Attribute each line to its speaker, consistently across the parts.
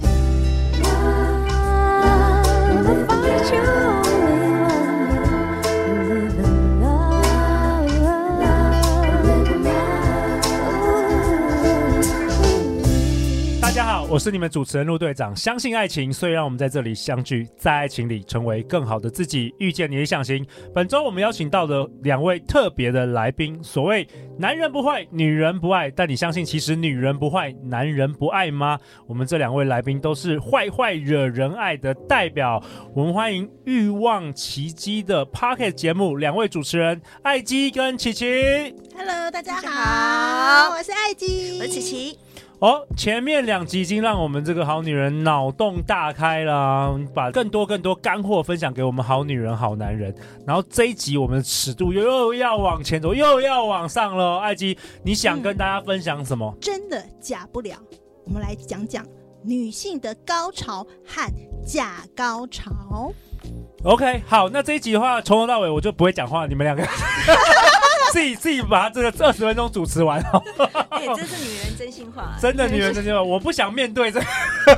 Speaker 1: Love, find you only one. Live in love, live in love.
Speaker 2: 大家好，我是你们主持人陆队长。相信爱情，所以让我们在这里相聚，在爱情里成为更好的自己，遇见你理想型。本周我们邀请到的两位特别的来宾，所谓男人不坏，女人不爱，但你相信其实女人不坏，男人不爱吗？我们这两位来宾都是坏坏惹人爱的代表。我们欢迎《欲望奇迹》的 Pocket 节目两位主持人艾姬跟琪琪。
Speaker 3: Hello，大家
Speaker 1: 家好
Speaker 3: 好，我是艾姬，
Speaker 1: 我是琪琪，
Speaker 2: 哦，前面两集已经让我们这个好女人脑洞大开啦，把更多更多干货分享给我们好女人、好男人。然后这一集我们的尺度又又要往前走，又要往上了。艾姬，你想跟大家分享什么？
Speaker 3: 真的假不了。我们来讲讲女性的高潮和假高潮。嗯
Speaker 2: OK，好，那这一集的话，从头到尾我就不会讲话，你们两个自己自己把这个二十分钟主持完 哦。
Speaker 1: 哎，这是女人真心话。
Speaker 2: 真的，女人真的，我不想面对这，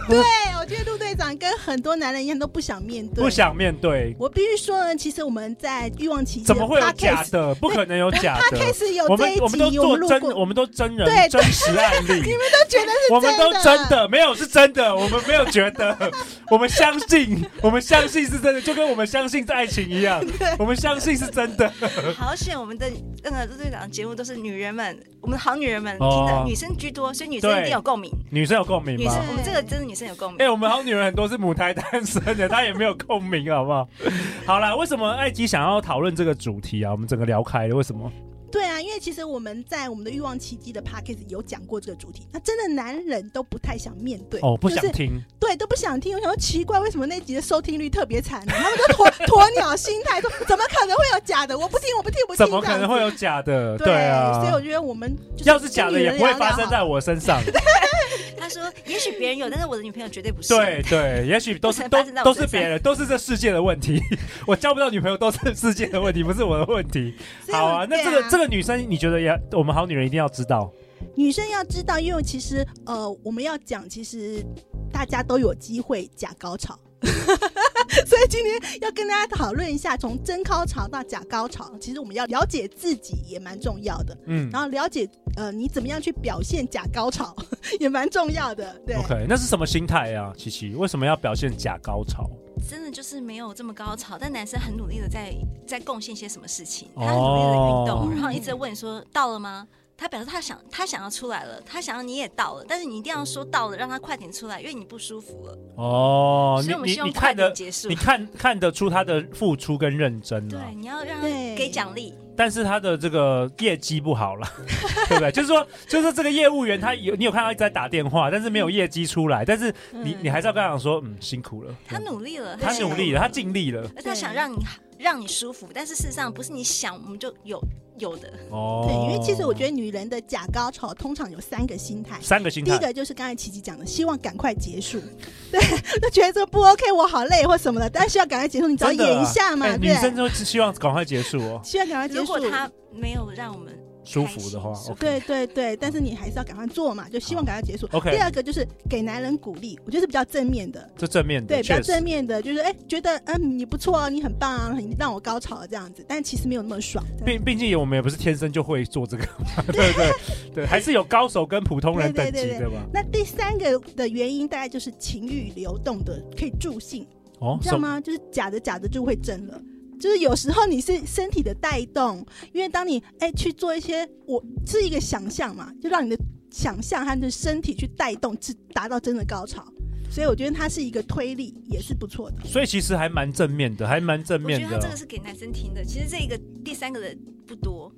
Speaker 3: 对，我觉得陆队长跟很多男人一样都不想面对。
Speaker 2: 不。想面对，
Speaker 3: 我必须说呢，其实我们在欲望期间
Speaker 2: 怎么会有假的？不可能有假的。
Speaker 3: ？Podcast 有
Speaker 2: 我
Speaker 3: 这
Speaker 2: 们
Speaker 3: 一集，
Speaker 2: 我们都做
Speaker 3: 录
Speaker 2: 真，
Speaker 3: 过，
Speaker 2: 我们都真人
Speaker 3: 对
Speaker 2: 真实案例，
Speaker 3: 你们都觉 得是
Speaker 2: 我们都真的没有是真的，我们没有觉得， 我们相信，我们相信是真的，就跟我们相信爱情 一样，我们相信是真的。
Speaker 4: 好险，我们的那个陆队长节目都是女人们，我们的好女人们听
Speaker 2: 哦
Speaker 4: 的，女生居多，所以女生
Speaker 2: 对
Speaker 4: 一定有共鸣。
Speaker 2: 女生有共鸣
Speaker 4: 女生
Speaker 2: 吗？，
Speaker 4: 我们这个真的女生有共
Speaker 2: 哎、
Speaker 4: 鸣。
Speaker 2: 我们好女人很多是母胎单身的，她也没有共鸣，好不好？好啦，为什么艾姬想要讨论这个主题啊？我们整个聊开了，为什么？
Speaker 3: 对啊，因为其实我们在我们的欲望奇迹的 Podcast 有讲过这个主题，那真的男人都不太想面对，
Speaker 2: 哦，不
Speaker 3: 就
Speaker 2: 想
Speaker 3: 是
Speaker 2: 听，
Speaker 3: 对，都不想听。我想说奇怪，为什么那集的收听率特别惨呢？他们都鸵鸵鸟心态，说怎么可能会有假的？我不听，我不听，我不听。
Speaker 2: 怎么可能会有假的？
Speaker 3: 这样子？对
Speaker 2: 啊，
Speaker 3: 所以我觉得我们就
Speaker 2: 要是假的也不会发生在
Speaker 3: 我。
Speaker 2: 我身上。
Speaker 4: 他说，也许别人有，但是我的女朋友绝 对不是。
Speaker 2: 对对，也许都是
Speaker 4: 不曾 发
Speaker 2: 都
Speaker 4: 生在我
Speaker 2: 都是
Speaker 4: 身上
Speaker 2: 别人，都是这世界的问题。 我交不到女朋友都是世界的问题，不是我的问题。
Speaker 3: 所以
Speaker 2: 好啊，那这个这
Speaker 3: 个
Speaker 2: 个女生，你觉得也我们好女人一定要知道
Speaker 3: 女生要知道，因为其实呃，我们要讲，其实大家都有机会假高潮。 所以今天要跟大家讨论一下，从真高潮到假高潮，其实我们要了解自己也蛮重要的，
Speaker 2: 嗯
Speaker 3: 然后了解呃你怎么样去表现假高潮 也蛮重要的。对，
Speaker 2: ？OK，那是什么心态啊？琪琪为什么要表现假高潮？
Speaker 4: 真的就是没有这么高潮，但男生很努力的在在贡献些什么事情，
Speaker 2: 哦
Speaker 4: 他很努力的运动，然后一直在问你说到了吗？他表示他想他想要出来了，他想要你也到了，但是你一定要说到了，让他快点出来，因为你不舒服了。
Speaker 2: 哦，
Speaker 4: 所以
Speaker 2: 你
Speaker 4: 我们希
Speaker 2: 你
Speaker 4: 望
Speaker 2: 你
Speaker 4: 快
Speaker 2: 看
Speaker 4: 点
Speaker 2: 得
Speaker 4: 结束
Speaker 2: 你。看看得出她的付出跟认真啊了、
Speaker 4: 对，你要让他
Speaker 3: 对
Speaker 4: 给奖励。
Speaker 2: 但是她的这个业绩不好了， 对不对？就是说，就是这个业务员他有你有看到一直在打电话，但是没有业绩出来，但是你、你还是要跟他讲说，嗯，辛苦了，
Speaker 4: 他努力了，
Speaker 2: 他
Speaker 4: 想
Speaker 2: 努力了，他尽力了。
Speaker 4: 而他想让你让你舒服，但是事实上不是你想我们就有有的。
Speaker 2: 哦
Speaker 3: 对，因为其实我觉得
Speaker 2: 得
Speaker 3: 女人的假高潮通常有三个心态。
Speaker 2: 三个心
Speaker 3: 第
Speaker 2: 态
Speaker 3: 一，个就是刚才琪琪讲的，希望赶快结束，对， 就觉得这不 OK，我好累或什么的，但是要赶快结束，你只要
Speaker 2: 真的
Speaker 3: 演
Speaker 2: 啊
Speaker 3: 一下嘛，
Speaker 2: 哎女
Speaker 3: 对，
Speaker 2: 生就希望赶快结束哦，
Speaker 3: 希望赶快结
Speaker 4: 如
Speaker 3: 束
Speaker 4: 果。他没有让我们
Speaker 2: 舒服的话
Speaker 4: 开心
Speaker 2: ，OK，
Speaker 3: 对对对，但是你还是要赶快做嘛，就希望赶快结束。
Speaker 2: OK
Speaker 3: 第二个就是给男人鼓励，我觉得是比较正面的，
Speaker 2: 这正面
Speaker 3: 对，
Speaker 2: 的
Speaker 3: 比较
Speaker 2: 确
Speaker 3: 正
Speaker 2: 实。
Speaker 3: 面的，就是哎、觉得嗯你不错啊，你很棒啊，很让我高潮这样子，但其实没有那么爽。这样
Speaker 2: 毕毕竟我们也不是天生就会做这个嘛， 对不对？对，还是有高手跟普通人等级
Speaker 3: 对对对
Speaker 2: 对吧？
Speaker 3: 那第三个的原因大概就是情欲流动的可以助兴，
Speaker 2: 哦
Speaker 3: 你知道
Speaker 2: 手
Speaker 3: 吗？就是假的假的就会真了。就是有时候你是身体的带动，因为当你哎、去做一些，我是一个想象嘛，就让你的想象和你的身体去带动，至达到真的高潮。所以我觉得它是一个推力，也是不错的。
Speaker 2: 所以其实还蛮正面的，还蛮正
Speaker 4: 我觉
Speaker 2: 面
Speaker 4: 得
Speaker 2: 的
Speaker 4: 他这个
Speaker 2: 哦。
Speaker 4: 是给男生听的。其实这个第三个的不多，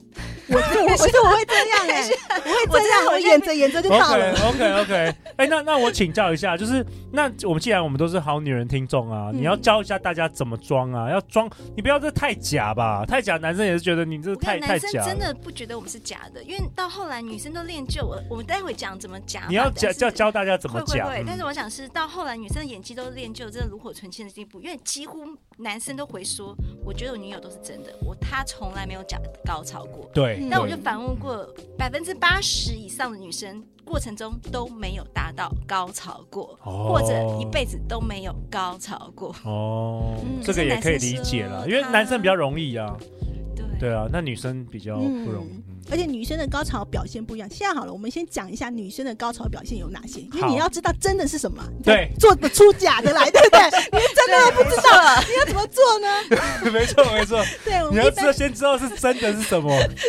Speaker 3: 我我我是我会这样哎、我会这样，我演着演着就到
Speaker 2: OK
Speaker 3: 了。
Speaker 2: OK OK，哎、那那我请教一下，就是那我们既然我们都是好女人听众啊，
Speaker 3: 嗯
Speaker 2: 你要教一下大家怎么装啊，要装，你不要这太假吧，太假男生也是觉得你这
Speaker 4: 我看
Speaker 2: 太太
Speaker 4: 男生
Speaker 2: 假了
Speaker 4: 真。的不觉得我们是假的，因为到后来女生都练就我，我们待会讲怎么假法。
Speaker 2: 你要
Speaker 4: 但
Speaker 2: 教
Speaker 4: 是
Speaker 2: 教教大家怎么
Speaker 4: 会会
Speaker 2: 讲，
Speaker 4: 会，但
Speaker 2: 嗯
Speaker 4: 是我想是到后来女生的演技都练就真的炉火纯青的地步，因为几乎男生都回说，我觉得我女友都是真的，我她从来没有假高潮过。
Speaker 3: 嗯
Speaker 2: 对对，
Speaker 4: 但我
Speaker 2: 对
Speaker 4: 就反问过百分之八十以上的女生，过程中都没有达到高潮过，
Speaker 2: 哦
Speaker 4: 或者一辈子都没有高潮过。
Speaker 2: 哦
Speaker 4: 嗯，
Speaker 2: 这个也可以理解啦，因为男生比较容易啊，
Speaker 4: 对
Speaker 2: 对啊，那女生比较不容易。嗯
Speaker 3: 而且女生的高潮表现不一样。现在好了，我们先讲一下女生的高潮表现有哪些，因为
Speaker 2: 好
Speaker 3: 你要知道真的是什么啊，你
Speaker 2: 对
Speaker 3: 做得出假的来，对不对？你真的不知道，你要怎么做呢？
Speaker 2: 嗯没错没错，
Speaker 3: 对，我
Speaker 2: 你
Speaker 3: 们
Speaker 2: 要
Speaker 3: 一
Speaker 2: 知道
Speaker 3: 般
Speaker 2: 先知道是真的是什么，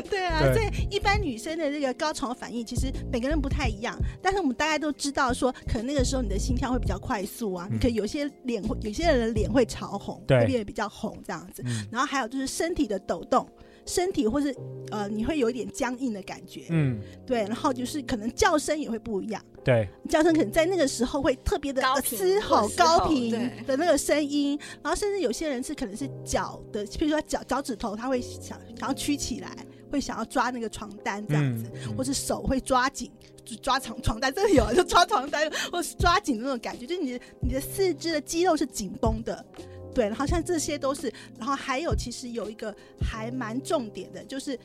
Speaker 3: 对啊，
Speaker 2: 对
Speaker 3: 所以一般女生的这个高潮反应，其实每个人不太一样，但是我们大概都知道说，可能那个时候你的心跳会比较快速啊，
Speaker 2: 嗯
Speaker 3: 你可能有些脸会，有些人的脸会潮红，
Speaker 2: 对
Speaker 3: 会变得比较红这样子。
Speaker 2: 嗯
Speaker 3: 然后还有就是身体的抖动，身体或是呃你会有一点僵硬的感觉，
Speaker 2: 嗯，
Speaker 3: 对，然后就是可能叫声也会不一样，
Speaker 2: 对，
Speaker 3: 叫声可能在那个时候会特别的
Speaker 4: 高
Speaker 3: 呃
Speaker 4: 频
Speaker 3: 嘶吼
Speaker 4: 或嘶吼
Speaker 3: 高频
Speaker 4: 对
Speaker 3: 的那个声音，然后甚至有些人是可能是脚的，比如说脚脚趾头，他会想想要屈起来，会想要抓那个床单这样子，
Speaker 2: 嗯嗯
Speaker 3: 或是手会抓紧。就抓床床单，真的有就抓床单，或是抓紧的那种感觉，就是你的你的四肢的肌肉是紧绷的，对，然后像这些都是，然后还有其实有一个还蛮重点的，就是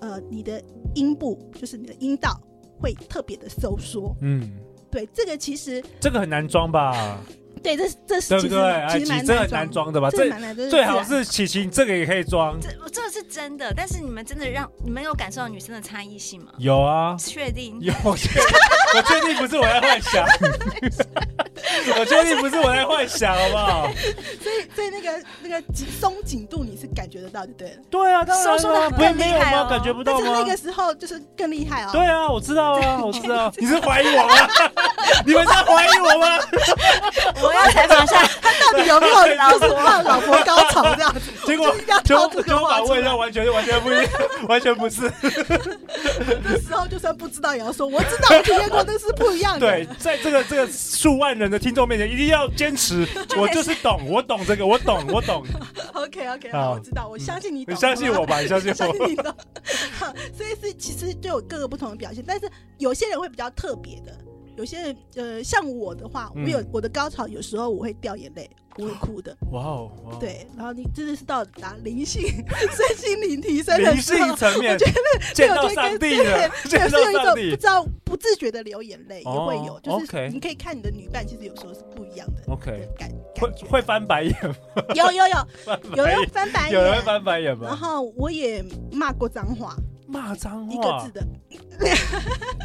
Speaker 3: 呃你的阴部，就是你的阴道会特别的收缩，
Speaker 2: 嗯，
Speaker 3: 对，这个其实
Speaker 2: 这个很难装吧，
Speaker 3: 对，这是这是
Speaker 2: 对
Speaker 3: 其
Speaker 2: 不
Speaker 3: 实
Speaker 2: 对？哎，
Speaker 3: 其
Speaker 2: 其
Speaker 3: 实
Speaker 2: 实
Speaker 3: 蛮
Speaker 2: 这很难
Speaker 3: 难
Speaker 2: 装的吧？
Speaker 3: 这个
Speaker 2: 这
Speaker 3: 蛮难，这
Speaker 2: 最好
Speaker 3: 自然
Speaker 2: 是琪琪，这个也可以装，
Speaker 4: 这我这是真的，但是你们真的让你们有感受到女生的差异性吗？
Speaker 2: 有啊，
Speaker 4: 确定？
Speaker 2: 有，我确我确定不是我在幻想， 我确定不是我在幻想，好不好？
Speaker 3: 所以所以那个那个紧松紧度你是感觉得到就对了，
Speaker 2: 对啊，当然
Speaker 4: 收缩得
Speaker 2: 了，
Speaker 4: 很
Speaker 2: 不没有
Speaker 4: 厉害
Speaker 2: 吗？
Speaker 4: 哦
Speaker 2: 感觉不
Speaker 3: 但
Speaker 2: 到
Speaker 3: 是那
Speaker 2: 吗？
Speaker 3: 个时候就是更厉害哦。
Speaker 2: 对啊，我知道啊，我知道，你是怀疑 我吗？你们在怀疑我吗？
Speaker 4: 我要采访一 下，
Speaker 3: 到底有没有老婆老婆高潮这样子？
Speaker 2: 结果
Speaker 3: 就是一定要
Speaker 2: 结
Speaker 3: 掏这
Speaker 2: 果结
Speaker 3: 个
Speaker 2: 果
Speaker 3: 话
Speaker 2: 把
Speaker 3: 出
Speaker 2: 问一
Speaker 3: 来
Speaker 2: 下，完全完全不一样， 完全不是。
Speaker 3: 那时候就算不知道也要说，我知道我体验过，那是不一样的。
Speaker 2: 对，在这个这个数万人的听众面前，一定要坚 持，我就是懂，我懂这个，我懂，我懂。
Speaker 3: ，OK OK，
Speaker 2: 好
Speaker 3: 好，我知道，我相信你懂，
Speaker 2: 你相信我吧，你相信
Speaker 3: 相信
Speaker 2: 我。
Speaker 3: 你的。好所以是其实就有各个不同的表现，但是有些人会比较特别的，有些人呃，像我的话，我
Speaker 2: 嗯
Speaker 3: 有、我的高潮，有时候我会掉眼泪，我会哭的。
Speaker 2: 哇哦，哇哦，
Speaker 3: 对，然后你真的是到达灵性、身心灵提升的
Speaker 2: 灵
Speaker 3: 时候
Speaker 2: 性，层面
Speaker 3: 我觉得，对
Speaker 2: 见到
Speaker 3: 我觉得
Speaker 2: 上
Speaker 3: 跟
Speaker 2: 帝
Speaker 3: 对
Speaker 2: 了， 见
Speaker 3: 对，
Speaker 2: 到
Speaker 3: 是有一
Speaker 2: 上
Speaker 3: 种不
Speaker 2: 帝
Speaker 3: 知。道不自觉的流眼泪也会有，
Speaker 2: 哦
Speaker 3: 就是
Speaker 2: OK
Speaker 3: 你可以看你的女伴，其实有时候是不一样的
Speaker 2: OK
Speaker 3: 的感
Speaker 2: 会
Speaker 3: 感觉。
Speaker 2: 会翻白眼，
Speaker 3: 有有 有
Speaker 2: 翻
Speaker 3: 有
Speaker 2: 白
Speaker 3: 人
Speaker 2: 眼，
Speaker 3: 翻白
Speaker 2: 有人
Speaker 3: 眼，
Speaker 2: 翻白眼
Speaker 3: 然
Speaker 2: 吗？
Speaker 3: 后我也骂过脏话，
Speaker 2: 骂脏
Speaker 3: 一个
Speaker 2: 话
Speaker 3: 字，的，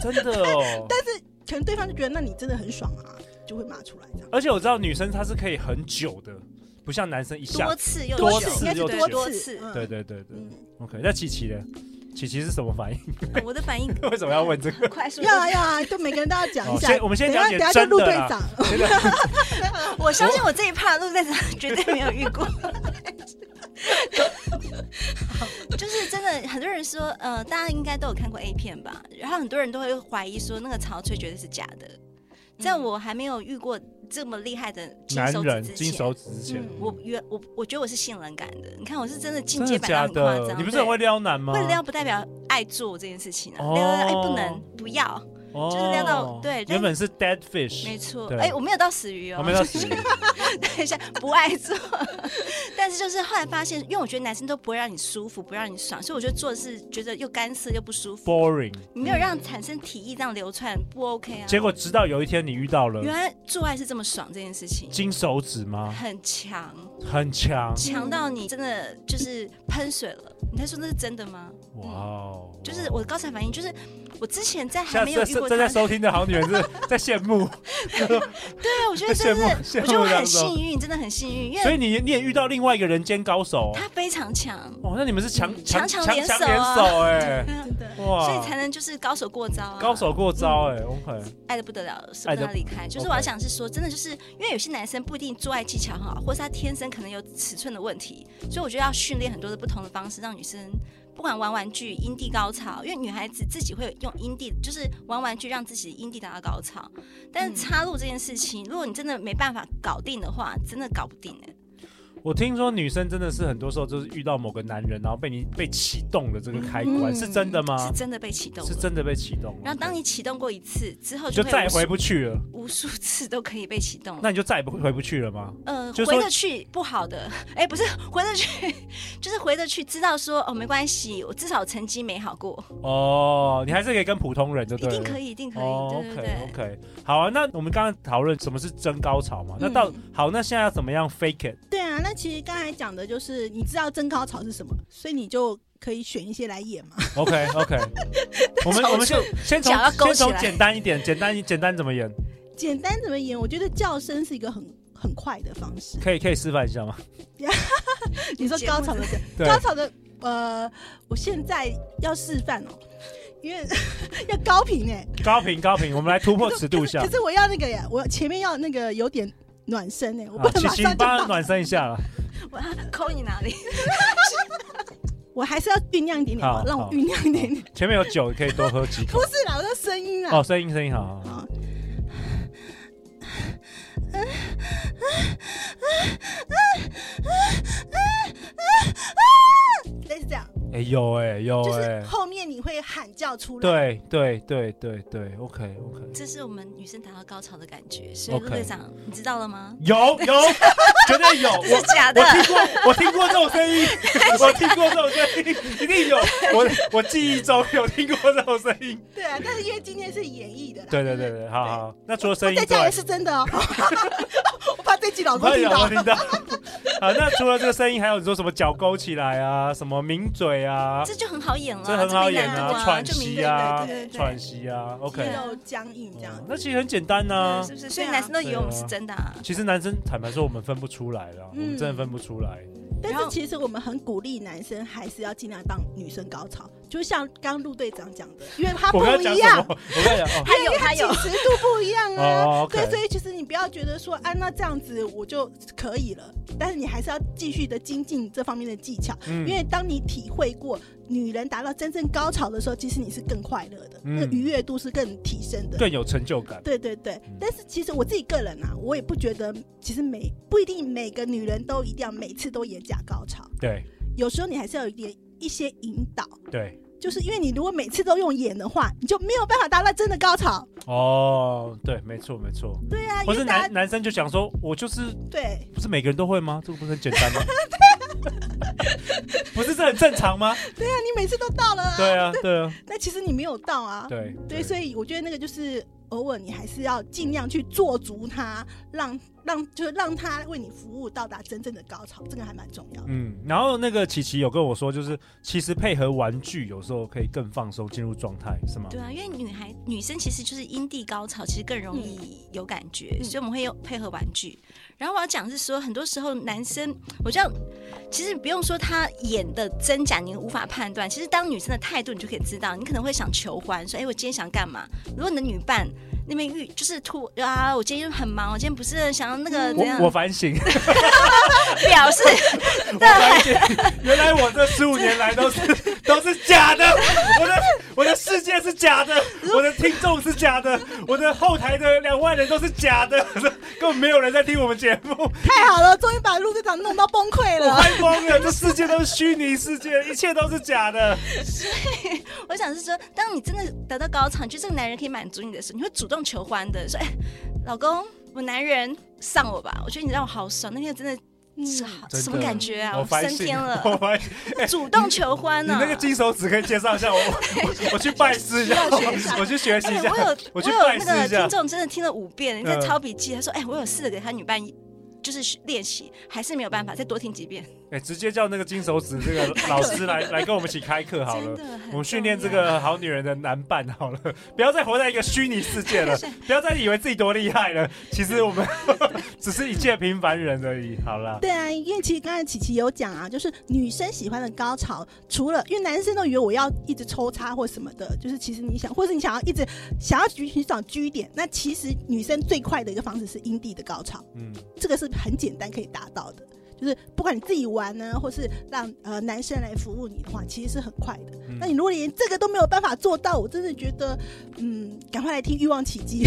Speaker 2: 真的 哦。
Speaker 3: 可能对方就觉得那你真的很爽啊，就会骂出来这样。
Speaker 2: 而且我知道女生她是可以很久的，不像男生一下
Speaker 4: 多。次又
Speaker 2: 多
Speaker 4: 久
Speaker 2: 次
Speaker 3: 应该是
Speaker 2: 又
Speaker 4: 多
Speaker 3: 多
Speaker 4: 次。
Speaker 3: 嗯
Speaker 2: 对对对对
Speaker 3: 嗯，
Speaker 2: ，OK。那琪琪呢？琪琪是什么反应？
Speaker 4: 呃我的反应
Speaker 2: 为什么要问这个？
Speaker 4: 很快速地
Speaker 3: 要啊要啊，就每个人都要讲一
Speaker 2: 好
Speaker 3: 下。
Speaker 2: 哦先我们先
Speaker 3: 等
Speaker 2: 讲
Speaker 3: 下
Speaker 2: 点
Speaker 3: 等下就陆
Speaker 2: 真
Speaker 3: 队
Speaker 2: 的啦
Speaker 3: 长，
Speaker 2: 真的
Speaker 4: 我相信我这一趴陆队长绝对没有遇过。 就是真的，很多人说，呃，大家应该都有看过 A 片吧？然后很多人都会怀疑说，那个潮吹绝对是假的。在我还没有遇过这么厉害的金
Speaker 2: 男
Speaker 4: 手
Speaker 2: 人
Speaker 4: 指之
Speaker 2: 金
Speaker 4: 前，
Speaker 2: 手指之前，
Speaker 3: 嗯
Speaker 4: 我原我我觉得我是性冷感的。你看，我是真的进
Speaker 2: 真
Speaker 4: 阶
Speaker 2: 的
Speaker 4: 版到
Speaker 2: 假
Speaker 4: 很夸
Speaker 2: 的？
Speaker 4: 张，
Speaker 2: 你不是很
Speaker 4: 对
Speaker 2: 会撩男吗？
Speaker 4: 会撩，不代表爱做这件事情啊。
Speaker 2: 哦
Speaker 4: 撩哎不能不要，
Speaker 2: 哦，
Speaker 4: 就是撩到对但
Speaker 2: 原本是 dead fish，
Speaker 4: 没错。
Speaker 2: 对
Speaker 4: 哎，我没有到死鱼哦，
Speaker 2: 我们 到死。
Speaker 4: 等一下不爱做， 但是就是后来发现，因为我觉得男生都不会让你舒服，不让你爽，所以我觉得做的是觉得又干涩又不舒服，
Speaker 2: boring。
Speaker 4: 你没有让产生体液这样流窜，不 OK 啊。
Speaker 2: 结果直到有一天你遇到了
Speaker 4: 原来做爱是这么爽这件事情，
Speaker 2: 金手指吗？
Speaker 4: 很强，
Speaker 2: 很强，
Speaker 4: 强到你真的就是喷水了，你在说那是真的吗？
Speaker 2: 哇哦！
Speaker 4: 就是我的高潮反应，就是我之前在还
Speaker 2: 下
Speaker 4: 没有
Speaker 2: 次
Speaker 4: 遇过
Speaker 2: 正
Speaker 4: 这样
Speaker 2: 在收听的好女人是 在羡慕，
Speaker 4: 对，我觉得
Speaker 2: 羡
Speaker 4: 真
Speaker 2: 慕
Speaker 4: 的，
Speaker 2: 羡
Speaker 4: 我觉得我
Speaker 2: 慕当
Speaker 4: 很
Speaker 2: 中
Speaker 4: 幸运，真的很幸运，因
Speaker 2: 哦所
Speaker 4: 为
Speaker 2: 以你你也遇到另外一个人间高手
Speaker 4: 他非常强，
Speaker 2: 哦，那你们是强
Speaker 4: 嗯
Speaker 2: 强
Speaker 4: 强
Speaker 2: 强
Speaker 4: 联
Speaker 2: 强
Speaker 4: 手
Speaker 2: 联
Speaker 4: 啊
Speaker 2: 手哎，
Speaker 3: 真的
Speaker 2: 哇！
Speaker 4: 所以才能就是高手过招啊，
Speaker 2: 高手过招哎，OK，
Speaker 4: 爱的不得了，舍
Speaker 2: 爱
Speaker 4: 不
Speaker 2: 得
Speaker 4: 得他离开。就是
Speaker 2: OK
Speaker 4: 我要想是说，真的就是因为有些男生不一定做爱技巧很好，或是他天生可能有尺寸的问题，所以我觉得要训练很多的不同的方式，让女生不管玩玩具、阴蒂高潮，因为女孩子自己会用阴蒂，就是玩玩具让自己的阴蒂达到高潮。
Speaker 2: 嗯
Speaker 4: 但是插入这件事情，如果你真的没办法搞定的话，真的搞不定哎、
Speaker 2: 我听说女生真的是很多时候就是遇到某个男人，然后被你被启动了这个开关，
Speaker 3: 嗯
Speaker 2: 是真的吗
Speaker 4: 是？真的被启动了，
Speaker 2: 啊是真的被启动了。
Speaker 4: 然后当你启动过一次之后，
Speaker 2: 就
Speaker 4: 会
Speaker 2: 再也
Speaker 4: 无数
Speaker 2: 回不去了，
Speaker 4: 无数次都可以被启动了。
Speaker 2: 那你就再也不回不去了吗？
Speaker 4: 呃，
Speaker 2: 就是
Speaker 4: 回
Speaker 2: 说
Speaker 4: 得去不好的，哎，不是回得去，就是回得去，知道说哦，没关系，我至少成绩没好过，
Speaker 2: 哦，你还是可以跟普通人就
Speaker 4: 一
Speaker 2: 对了。
Speaker 4: 定可以，一定可以，
Speaker 2: 哦
Speaker 4: 对对
Speaker 2: ，OK
Speaker 4: 对。
Speaker 2: OK，好啊。那我们刚刚讨论什么是真高潮嘛？那到
Speaker 3: 嗯
Speaker 2: 好，那现在要怎么样 fake it？
Speaker 3: 对啊，那其实刚才讲的就是你知道真高潮是什么，所以你就可以选一些来演嘛。
Speaker 2: OK OK，我们我们先先从
Speaker 4: 脚要勾
Speaker 2: 先
Speaker 4: 起来
Speaker 2: 从简单一点，简单简单怎么演？
Speaker 3: 简单怎么演？我觉得叫声是一个很很快的方式。
Speaker 2: 可以可以示范 一下吗？
Speaker 3: 你说高潮的
Speaker 2: 对
Speaker 3: 高潮的，呃，我现在要示范哦，因为 要高频哎、
Speaker 2: 高频高频，我们来突破尺度
Speaker 3: 可是
Speaker 2: 下啊
Speaker 3: 可。是我要那个呀，我前面要那个有点暖身哎、我不
Speaker 2: 啊，
Speaker 3: 能
Speaker 2: 请
Speaker 3: 马
Speaker 2: 请
Speaker 3: 上就
Speaker 2: 帮
Speaker 3: 到
Speaker 2: 他，暖身一下 了。
Speaker 4: 我抠你哪里？
Speaker 3: 我还是要酝酿一点点，
Speaker 2: 好
Speaker 3: 好让我
Speaker 2: 好
Speaker 3: 酝酿一点点。
Speaker 2: 前面有酒，可以多喝几口
Speaker 3: 不。是啦，我的声音啦。
Speaker 2: 哦，声音声音好。好好
Speaker 3: 好类似这样，
Speaker 2: 哎有哎有
Speaker 3: 就是
Speaker 2: 哎，
Speaker 3: 后面你会喊叫出来。，
Speaker 2: 对对对对对，OK OK。
Speaker 4: 这是我们女生达到高潮的感觉，所以
Speaker 2: OK
Speaker 4: 陆队长，你知道了吗？
Speaker 2: 有有， 绝对有。
Speaker 4: 这
Speaker 2: 我
Speaker 4: 是假的
Speaker 2: 我，听过，我听过这种声音，我听过这种声音，一定有。我我记忆中有听过这种声音。
Speaker 3: 对啊，但是因为今天是演绎的啦，
Speaker 2: 对对对对，好好。好那除了声音
Speaker 3: 在
Speaker 2: 之
Speaker 3: 家
Speaker 2: 外
Speaker 3: 也，是真的哦。我怕这集老公
Speaker 2: 哎
Speaker 3: 听
Speaker 2: 呀，
Speaker 3: 到
Speaker 2: 我。听到。好，那除了这个声音，还有你说什么脚勾起来啊，什么抿嘴啊，
Speaker 4: 这就很好演了，
Speaker 2: 这很好
Speaker 4: 没
Speaker 2: 演
Speaker 4: 难度
Speaker 2: 啊，
Speaker 4: 啊，
Speaker 2: 喘
Speaker 4: 就明
Speaker 2: 息
Speaker 4: 对
Speaker 2: 啊
Speaker 4: 对对对，对
Speaker 2: 喘息啊，OK
Speaker 3: 肌
Speaker 4: 对。
Speaker 3: 肉僵硬这样
Speaker 2: 哦。那其实很简单呐
Speaker 4: 对是。不是？所
Speaker 3: 啊
Speaker 4: 以男生都以为我们是真的啊。
Speaker 2: 其实男生坦白说，我们分不出来
Speaker 3: 嗯
Speaker 2: 啦，我们真的分不出来。
Speaker 3: 但
Speaker 4: 然后
Speaker 3: 是其实我们很鼓励男生还是要尽量让女生高潮，就像刚刚陆队长讲的，因为他不
Speaker 2: 我刚刚讲
Speaker 3: 一
Speaker 2: 什
Speaker 3: 样
Speaker 2: 么？，我刚刚讲哦，
Speaker 4: 他有他
Speaker 3: 紧
Speaker 4: 有，
Speaker 3: 实度不一样
Speaker 2: 哦
Speaker 3: 啊。
Speaker 2: ，OK
Speaker 3: 对，所以其实你不要觉得说，啊，那这样子我就可以了，但是你还是要继续的精进这方面的技巧，
Speaker 2: 嗯
Speaker 3: 因为当你体会过女人达到真正高潮的时候，其实你是更快乐的，
Speaker 2: 嗯
Speaker 3: 那个愉悦度是更提升的。
Speaker 2: 更有成就感。
Speaker 3: 对对对，但是其实我自己个人啊，我也不觉得，其实每不一定每个女人都一定要每次都演假高潮，
Speaker 2: 对
Speaker 3: 有时候你还是要有一点一些引导，
Speaker 2: 对。
Speaker 3: 就是因为你如果每次都用演的话，你就没有办法达到真的高潮。
Speaker 2: 哦，对，没错，没错。
Speaker 3: 对啊，因
Speaker 2: 或是
Speaker 3: 为大
Speaker 2: 男
Speaker 3: 家
Speaker 2: 男生就想说，我就是
Speaker 3: 对
Speaker 2: 不是每个人都会吗？这个不是很简单 吗？不是这很正常吗？
Speaker 3: 对啊，你每次都到了、啊，
Speaker 2: 对啊，对啊，
Speaker 3: 那其实你没有到啊。
Speaker 2: 对
Speaker 3: 对，所
Speaker 2: 以
Speaker 3: 以我觉得那个就是偶尔你还是要尽量去做足它，让让就是让它为你服务，到达真正的高潮，这个还蛮重要的。
Speaker 2: 嗯，然后那个琪琪有跟我说，就是其实配合玩具有时候可以更放松，进入状态，是吗？
Speaker 4: 对啊，因为女孩女生其实就是阴蒂高潮，其实更容易有感觉，
Speaker 3: 嗯
Speaker 4: 所以我们会用配合玩具。然后我要讲的是说，很多时候男生，我知道其实不用说他演的真假，你无法判断。其实当女生的态度，你就可以知道，你可能会想求欢，说哎，我今天想干嘛？如果你的女伴那边遇就是突啊，我今天很忙，我今天不是很想要那个怎样
Speaker 2: 我我 反省，
Speaker 4: 表示，
Speaker 2: 我反省，原来我这十五年来都是都是假的，我的我的世界是假的，我的听众是假的，我的后台的两万人都是假的，根本没有人在听我们节目，
Speaker 3: 太好了，终于把陆队长弄到崩溃
Speaker 2: 我
Speaker 3: 了。
Speaker 2: 快疯了！这世界都是虚拟世界，一切都是 假的。
Speaker 4: 我想是说，当你真的达到高潮，你觉得这个男人可以满足你的时候，你会主动求欢的，说：“哎、老公，我男人上我吧，我觉得你让我好爽，那天真的。”是好
Speaker 2: 真的
Speaker 4: 什么感觉啊？
Speaker 2: 我
Speaker 4: 升
Speaker 2: 反省
Speaker 4: 天了，
Speaker 2: 我反省。
Speaker 4: 主动求欢啊
Speaker 2: 你
Speaker 4: 呢、
Speaker 2: 那个金手指可以介绍一下我， 我我去拜师一下， 我我去学习
Speaker 4: 哎、
Speaker 2: 一下
Speaker 4: 我有，
Speaker 2: 我去
Speaker 4: 有
Speaker 2: 拜
Speaker 4: 那
Speaker 2: 师
Speaker 4: 个听
Speaker 2: 一下。
Speaker 4: 众真的听了五遍，在
Speaker 2: 嗯
Speaker 4: 抄笔记。他说：“哎、我有试着给他女伴，就是练习，还是没有办法，再多听几遍。
Speaker 2: 哎，直接叫那个金手指这个老师来 来跟我们一起开课好
Speaker 4: 真
Speaker 2: 了
Speaker 4: 的。很
Speaker 2: 我们训练这
Speaker 4: 重要
Speaker 2: 个好女人的男伴好了， 不要再活在一个虚拟世 界了，不要再以为自己多厉害了，其实我们只是一介平凡人而已。好啦，
Speaker 3: 对啊，因为其实刚才琪琪有讲啊，就是女生喜欢的高潮，除了因为男生都以为我要一直抽插或什么的，就是其实你想，或者你想要一直想要寻寻找居点，那其实女生最快的一个方式是阴蒂的高潮，
Speaker 2: 嗯，
Speaker 3: 这个是很简单可以达到的。就是不管你自己玩呢，或是让呃男生来服务你的话，其实是很快的。
Speaker 2: 嗯
Speaker 3: 那你如果连这个都没有办法做到，我真的觉得，嗯，赶快来听《欲望奇迹》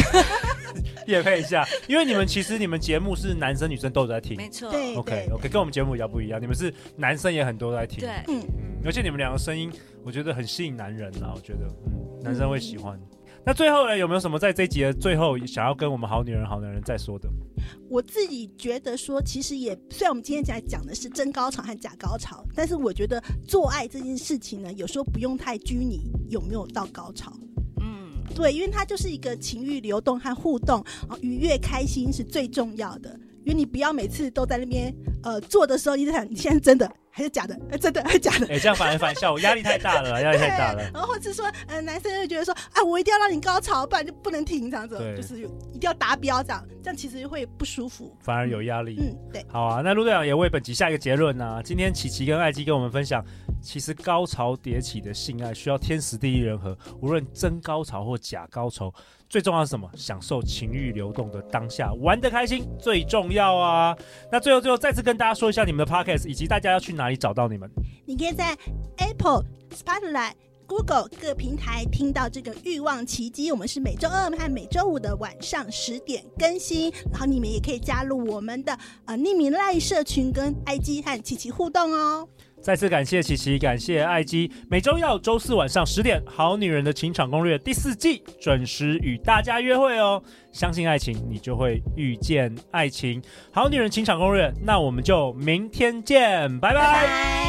Speaker 2: 夜配一下，因为你们其实你们节目是男生女生都有在听
Speaker 4: 没 错，
Speaker 3: 对。
Speaker 2: ，OK OK，跟我们节目比较不一样，你们是男生也很多在听，
Speaker 4: 对
Speaker 3: 嗯，
Speaker 2: 嗯而且你们两个声音，我觉得很吸引男人啦，我觉得，嗯，男生会喜欢。那最后呢，有没有什么在这一集的最后想要跟我们好女人、好男人再说的？
Speaker 3: 我自己觉得说，其实也虽然我们今天讲讲的是真高潮和假高潮，但是我觉得做爱这件事情呢，有时候不用太拘泥有没有到高潮。
Speaker 4: 嗯，
Speaker 3: 对，因为它就是一个情欲流动和互动，啊愉悦开心是最重要的。因为你不要每次都在那边，呃，做的时候一直想你现在真的还是假的，哎，真的还是假的，
Speaker 2: 哎、这样反而反效，我压力太大了，压力
Speaker 3: 对，
Speaker 2: 太大了。
Speaker 3: 然后或者说，呃，男生就觉得说，啊，我一定要让你高潮，不然就不能停，这样子，
Speaker 2: 对
Speaker 3: 就是有一定要达标，这样，这样其实会不舒服。
Speaker 2: 反而有压力。
Speaker 3: 嗯，对，
Speaker 2: 好啊，那陆队长也为本集下一个结论呢、啊今天琪琪跟艾姬跟我们分享，其实高潮迭起的性爱需要天时地利人和，无论真高潮或假高潮，最重要是什么？享受情欲流动的当下，玩得开心最重要啊！那最后最后再次跟大家说一下你们的 podcast，以及大家要去哪里找到你们。
Speaker 3: 你可以在 Apple、Spotlight、Google 各平台听到这个《欲望奇迹》，我们是每周二和每周五的晚上十点更新，然后你们也可以加入我们的呃匿名赖社群，跟 IG 和琪琪互动哦。
Speaker 2: 再次感谢琪琪，感谢艾姬。每周一到周四晚上十点，《好女人的情场攻略》第四季准时与大家约会哦。相信爱情，你就会遇见爱情。《好女人情场攻略》，那我们就明天见，拜拜
Speaker 4: 拜。